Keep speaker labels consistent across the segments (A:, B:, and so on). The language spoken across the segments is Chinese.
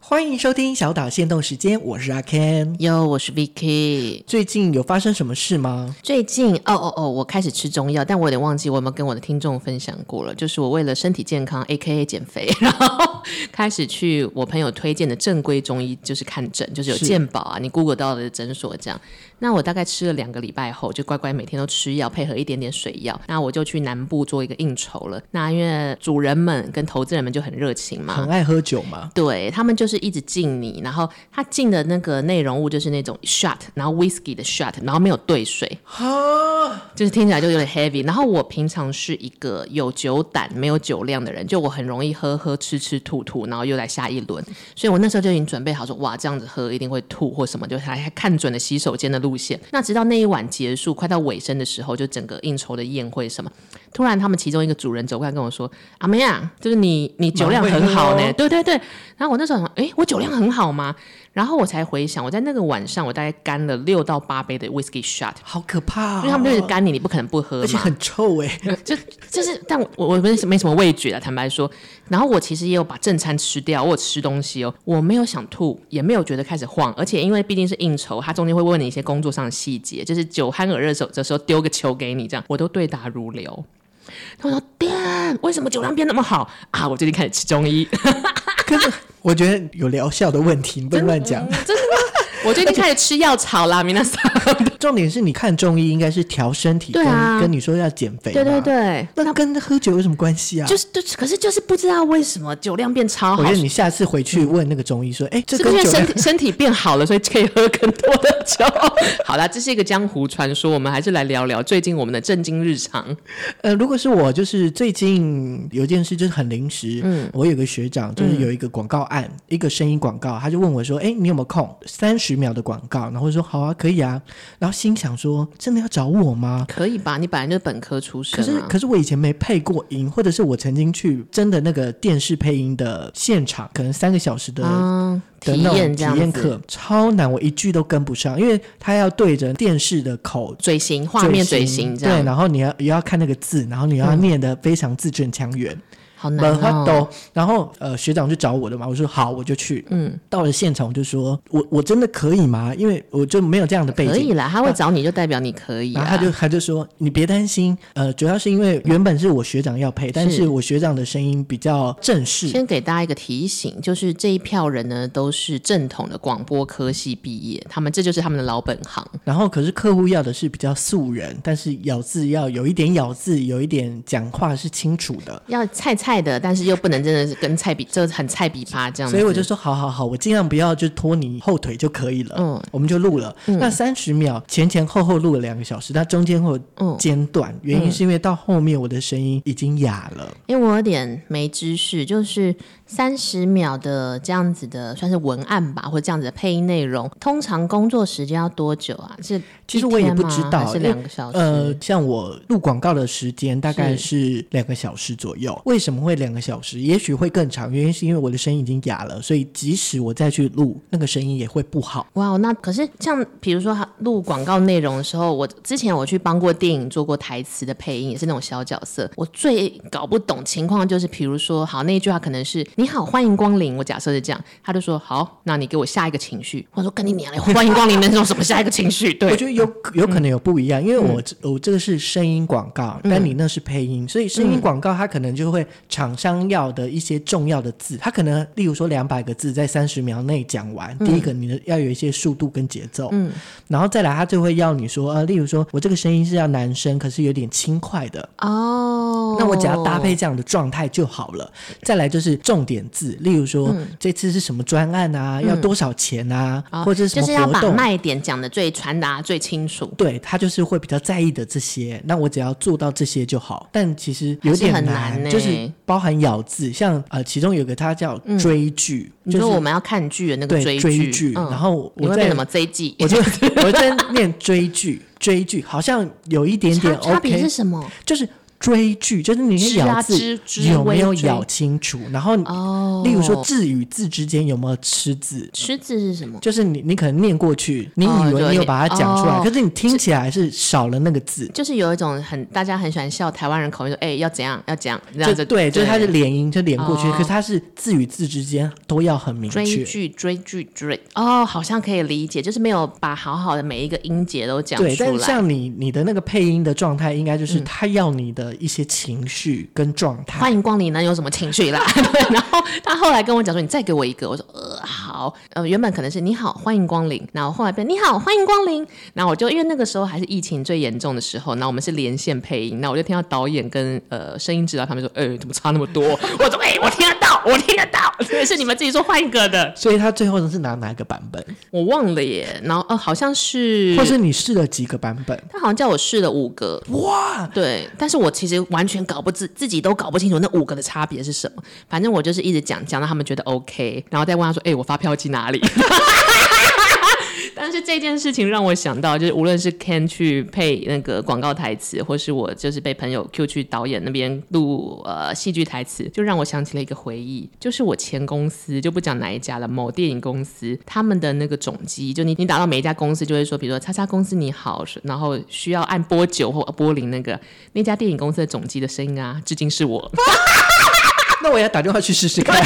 A: 欢迎收听小岛限动时间，我是阿 Ken。
B: 哟，我是 Vicky。
A: 最近有发生什么事吗？
B: 最近哦哦哦，我开始吃中药，但我有点忘记我有没有跟我的听众分享过了。就是我为了身体健康 （A.K.A. 减肥）， 然后开始去我朋友推荐的正规中医，就是看诊，就是有
A: 是
B: 健保啊，你 Google 到的诊所这样。那我大概吃了两个礼拜后，就乖乖每天都吃药，配合一点点水药。那我就去南部做一个应酬了。那因为主人们跟投资人们就很热情嘛，
A: 很爱喝酒吗？
B: 对他们就是一直敬你，然后他敬的那个内容物就是那种 shot，然后 whisky 的 shot，然后没有兑水，
A: 啊，
B: 就是听起来就有点 heavy。然后我平常是一个有酒胆没有酒量的人，就我很容易喝喝吃吃吐吐，然后又来下一轮。所以我那时候就已经准备好说，哇，这样子喝一定会吐或什么，就还还看准了洗手间的路线。 那直到那一晚结束，快到尾声的时候，就整个应酬的宴会什么，突然他们其中一个主人走过来跟我说：“阿妹啊，就是你，你酒量很好呢、
A: 蛮会喝哦
B: 对对对。然后我那时候想，哎，我酒量很好吗？然后我才回想，我在那个晚上，我大概干了六到八杯的 whisky shot。
A: 好可怕、哦！
B: 因为他们就是干你，你不可能不喝
A: 而且
B: 嘛。
A: 很臭 哎、
B: 就就是，但我我我没没什么味觉啊，坦白说。然后我其实也有把正餐吃掉，我有吃东西哦，我没有想吐，也没有觉得开始晃，而且因为毕竟是应酬，他中间会问你一些工作上的细节，就是酒酣耳热的时候，的时候丢个球给你，这样我都对答如流。他们说：“天，为什么酒量变那么好啊？我最近开始吃中医，
A: 可是我觉得有疗效的问题，你不能乱讲。
B: 真的吗？ 我最近开始吃药草啦，米娜桑。
A: 重点是你看中医应该是调身体，
B: 对啊
A: 跟跟你说要减肥，
B: 对对。对，啊
A: 那跟喝酒有什么关系啊？
B: 就是就是，可是就是不知道为什么酒量变超好，
A: 我觉得你下次回去问那个中医说，哎、这
B: 嗯是不
A: 跟
B: 是
A: 酒
B: 因为身
A: 量
B: 体身体变好了，所以可以喝更多的 酒？好啦，这是一个江湖传说，我们还是来聊聊最近我们的震惊日常。
A: 呃，如果是我，就是最近有件事就是很临时，嗯，我有个学长
B: 嗯
A: 就是有一个广告案，一个声音广告，他就问我说：“哎、你有没有空？三十秒的广告？”然后我说：“好啊，可以啊。”然后心想说：“真的要找我吗？”
B: 可以吧？你本来就是本科出身
A: 可是，
B: 啊。
A: 可是我以前没配过音，或者是我曾经去真的那个电视配音的现场，可能三个小时的、
B: 啊，
A: 的
B: 体
A: 那种
B: 验这
A: 体
B: 样
A: 验
B: 子，
A: 课，超难，我一句都跟不上，因为他要对着电视的口
B: 嘴型画面嘴型这样，
A: 对，然后你要也要看那个字，然后你要念的非常字正腔圆，
B: 好
A: 没
B: 难
A: 法
B: 哦。
A: 都。然后呃，学长就找我的嘛，我说好，我就去。嗯，到了现场我就说，我我真的可以吗？因为我就没有这样的背
B: 可以啊
A: 景。
B: 啦，他会找你就代表你可以
A: 然
B: 啊。
A: 后他就他就说：“你别担心，呃，主要是因为原本是我学长要配，但
B: 是
A: 是我学长的声音比较正式，
B: 先给大家一个提醒，就是这一票人呢都是正统的广播科系毕业，他们这就是他们的老本行。
A: 然后可是客户要的是比较素人，但是咬字要有一点咬字，有一点讲话是清楚的。
B: 要菜菜的，但是又不能真的是跟菜比，这很菜比吧这样子。
A: 所以我就说好好好，我尽量不要就拖你后腿就可以了。
B: 嗯
A: 我们就录了。那三十秒前前后后录了两个小时，那中间会有
B: 嗯
A: 间断，原因是因为到后面我的声音已经哑了。
B: 因为我有点没知识，就是三十秒的这样子的，算是文案吧，或者这样子的配音内容，通常工作时间要多久啊？是
A: 其实
B: 一
A: 我也
B: 天
A: 不
B: 吗
A: 知道
B: 还是
A: 因为
B: 两个小时？
A: 呃，像我录广告的时间大概是两个小时左右。为什么会两个小时？也许会更长，原因是因为我的声音已经哑了，所以即使我再去录，那个声音也会不好。
B: 哇，那可是像比如说录广告内容的时候，我之前我去帮过电影做过台词的配音，也是那种小角色。我最搞不懂情况就是，比如说好那一句话可能是“你好，欢迎光临”，我假设是这样，他就说“好，那你给我下一个情绪”，我说“跟你娘嘞，欢迎光临”那种什么下一个情绪？对嗯
A: 我，觉得有有可能有不一样，因为我、这我这个是声音广告，但你那是配音，所以声音广告它可能就会厂商要的一些重要的字，它可能例如说两百个字在三十秒内讲完，
B: 嗯
A: 第一个你的要有一些速度跟节奏，嗯，然后再来他就会要你说，呃，例如说我这个声音是要男生，可是有点轻快的，
B: 哦，
A: 那我只要搭配这样的状态就好了。再来就是重点字，例如说、这次是什么专案啊，要多少钱啊，
B: 嗯哦
A: 或者是
B: 就
A: 什
B: 是要
A: 么活
B: 把
A: 动。
B: 卖点讲的最传达最清楚，
A: 对他就是会比较在意的这些，那我只要做到这些就好。但其实有点
B: 还是很
A: 难，
B: 难呢欸
A: 就是包含咬字，像呃，其中有个它叫追剧，
B: 嗯你
A: 就是
B: 说我们要看剧的那个
A: 对
B: 追
A: 追剧，
B: 嗯
A: 然后
B: 你
A: 我
B: 会
A: 在
B: 变什么 Z 季？
A: 我就我在念追剧，追剧好像有一点点
B: 差差别
A: OK，
B: 是什么？
A: 就是追剧，就是你
B: 知
A: 咬
B: 啊
A: 字
B: 知知
A: 有没有
B: 微追
A: 咬清楚，然后你
B: 哦，
A: 例如说字与字之间有没有吃字，
B: 吃字是什么？
A: 就是你你可能念过去，你
B: 哦
A: 以为
B: 就
A: 你有
B: 念
A: 把它讲出来，
B: 哦
A: 可是你听起来是少了那个字。
B: 就是有一种很大家很喜欢笑台湾人口音说，哎、要怎样要怎样，这样
A: 就对，就是它是连音，就连过去，
B: 哦
A: 可是它是字与字之间都要很明
B: 追
A: 确。
B: 剧追剧追哦，好像可以理解，就是没有把好好的每一个音节都讲
A: 对，但
B: 出
A: 是
B: 来。嗯
A: 像你你的那个配音的状态，应该就是他要你的一些情绪跟状态。
B: 欢迎光临，那有什么情绪 啦？对，然后他后来跟我讲说：“你再给我一个。”我说：“呃，好。”呃，原本可能是“你好，欢迎光临”，然后后来变“你好，欢迎光临”，然后我就因为那个时候还是疫情最严重的时候，然后我们是连线配音，那我就听到导演跟呃声音指导他们说：“哎、怎么差那么多？” 我说：“哎、我听得到，我听得到，对，是你们自己说换一个的，
A: 所以他最后是拿哪一个版本，
B: 我忘了耶。”然后呃，好像是
A: 或是你试了几个版本？
B: 他好像叫我试了五个，
A: 哇，
B: 对，但是我其实完全搞不自自己都搞不清楚那五个的差别是什么。反正我就是一直讲讲到他们觉得 OK，然后再问他说：“哎、我发票寄哪里？” 但是这件事情让我想到，就是无论是 Ken 去配那个广告台词，或是我就是被朋友 Q 去导演那边录呃戏剧台词，就让我想起了一个回忆，就是我前公司就不讲哪一家了，某电影公司他们的那个总机，就你你打到每一家公司就会说，比如说叉叉公司你好，然后需要按拨九或拨零那个那家电影公司的总机的声音啊，至今是我。
A: 那我也打电话去试试看。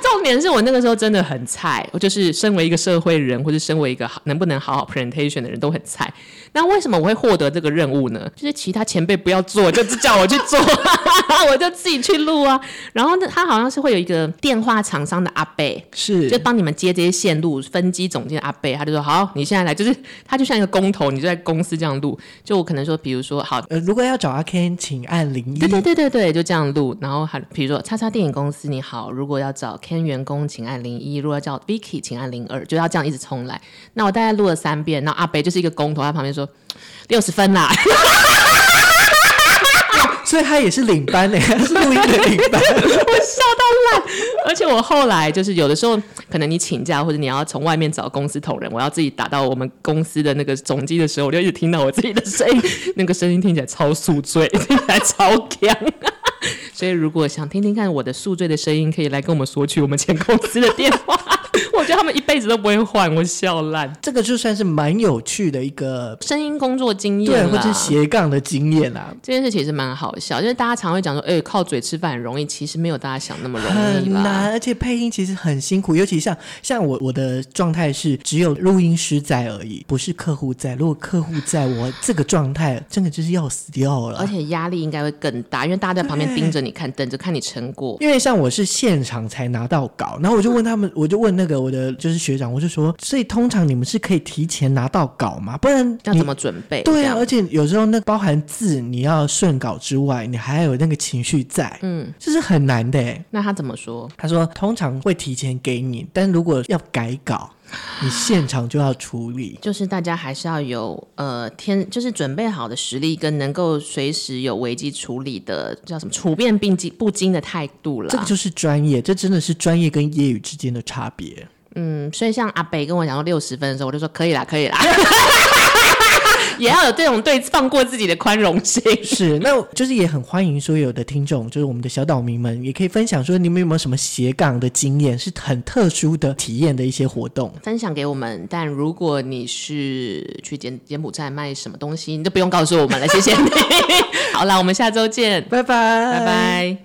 B: 重点是我那个时候真的很菜，我就是身为一个社会人，或是身为一个好能不能好好 presentation 的人都很菜。那为什么我会获得这个任务呢？就是其他前辈不要做，就叫我去做， 我就自己去录啊。然后呢，他好像是会有一个电话厂商的阿贝，
A: 是，
B: 就帮你们接这些线路，分机总监阿贝，他就说好，你现在来，就是他就像一个工头，你就在公司这样录。就我可能说，比如说好，
A: 呃，如果要找阿 Ken，请按零一。
B: 对对对对对，嗯就这样录。然后还比如说，叉叉电影公司你好，如果要找 Ken 员工，请按零一；如果要叫 Vicky，请按零二，就要这样一直重来。那我大概录了三遍，然后阿北就是一个工头，他旁边说六十分啦，
A: 所以他也是领班嘞， 他是录音的领班。
B: 我笑到烂。而且我后来就是有的时候，可能你请假或者你要从外面找公司同仁，我要自己打到我们公司的那个总机的时候，我就一直听到我自己的声音，那个声音听起来超宿醉，听起来超强。所以如果想听听看我的宿醉的声音，可以来跟我们索取我们前公司的电话。我觉得他们一辈子都不会换，我笑烂。
A: 这个就算是蛮有趣的一个
B: 声音工作经验啊
A: 对，
B: 啦
A: 或者斜杠的经验啦。
B: 这件事其实蛮好笑，就是大家常会讲说，哎、靠嘴吃饭很容易，其实没有大家想那么容易
A: 很
B: 啦。
A: 难，而且配音其实很辛苦，尤其像像我我的状态是只有录音师在而已，不是客户在。如果客户在我这个状态，真的就是要死掉
B: 而
A: 了。
B: 且压力应该会更大，因为大家在旁边盯着你看，等着看你成果。
A: 因为像我是现场才拿到稿，然后我就问他们，我就问那个我的就是学长，我就说，所以通常你们是可以提前拿到稿吗？不然
B: 要
A: 你
B: 怎么准备？
A: 对啊，
B: 这样
A: 而且有时候那包含字，你要顺稿之外，你还有那个情绪在，
B: 嗯，
A: 这是很难的欸、
B: 那他怎么说？
A: 他说通常会提前给你，但如果要改稿，你现场就要处理。
B: 就是大家还是要有呃天，就是准备好的实力，跟能够随时有危机处理的叫什么处变并进不惊的态度啦。
A: 这个就是专业，这真的是专业跟业余之间的差别。
B: 嗯，所以像阿北跟我讲到六十分的时候，我就说可以啦，可以啦， 也要有这种对放过自己的宽容心。
A: 是，那就是也很欢迎所有的听众，就是我们的小岛民们，也可以分享说你们有没有什么斜杠的经验，是很特殊的体验的一些活动。
B: 分享给我们。但如果你是去柬柬埔寨卖什么 东西，你就不用告诉我们了，谢谢你。好啦，我们下周见，
A: 拜拜，
B: 拜拜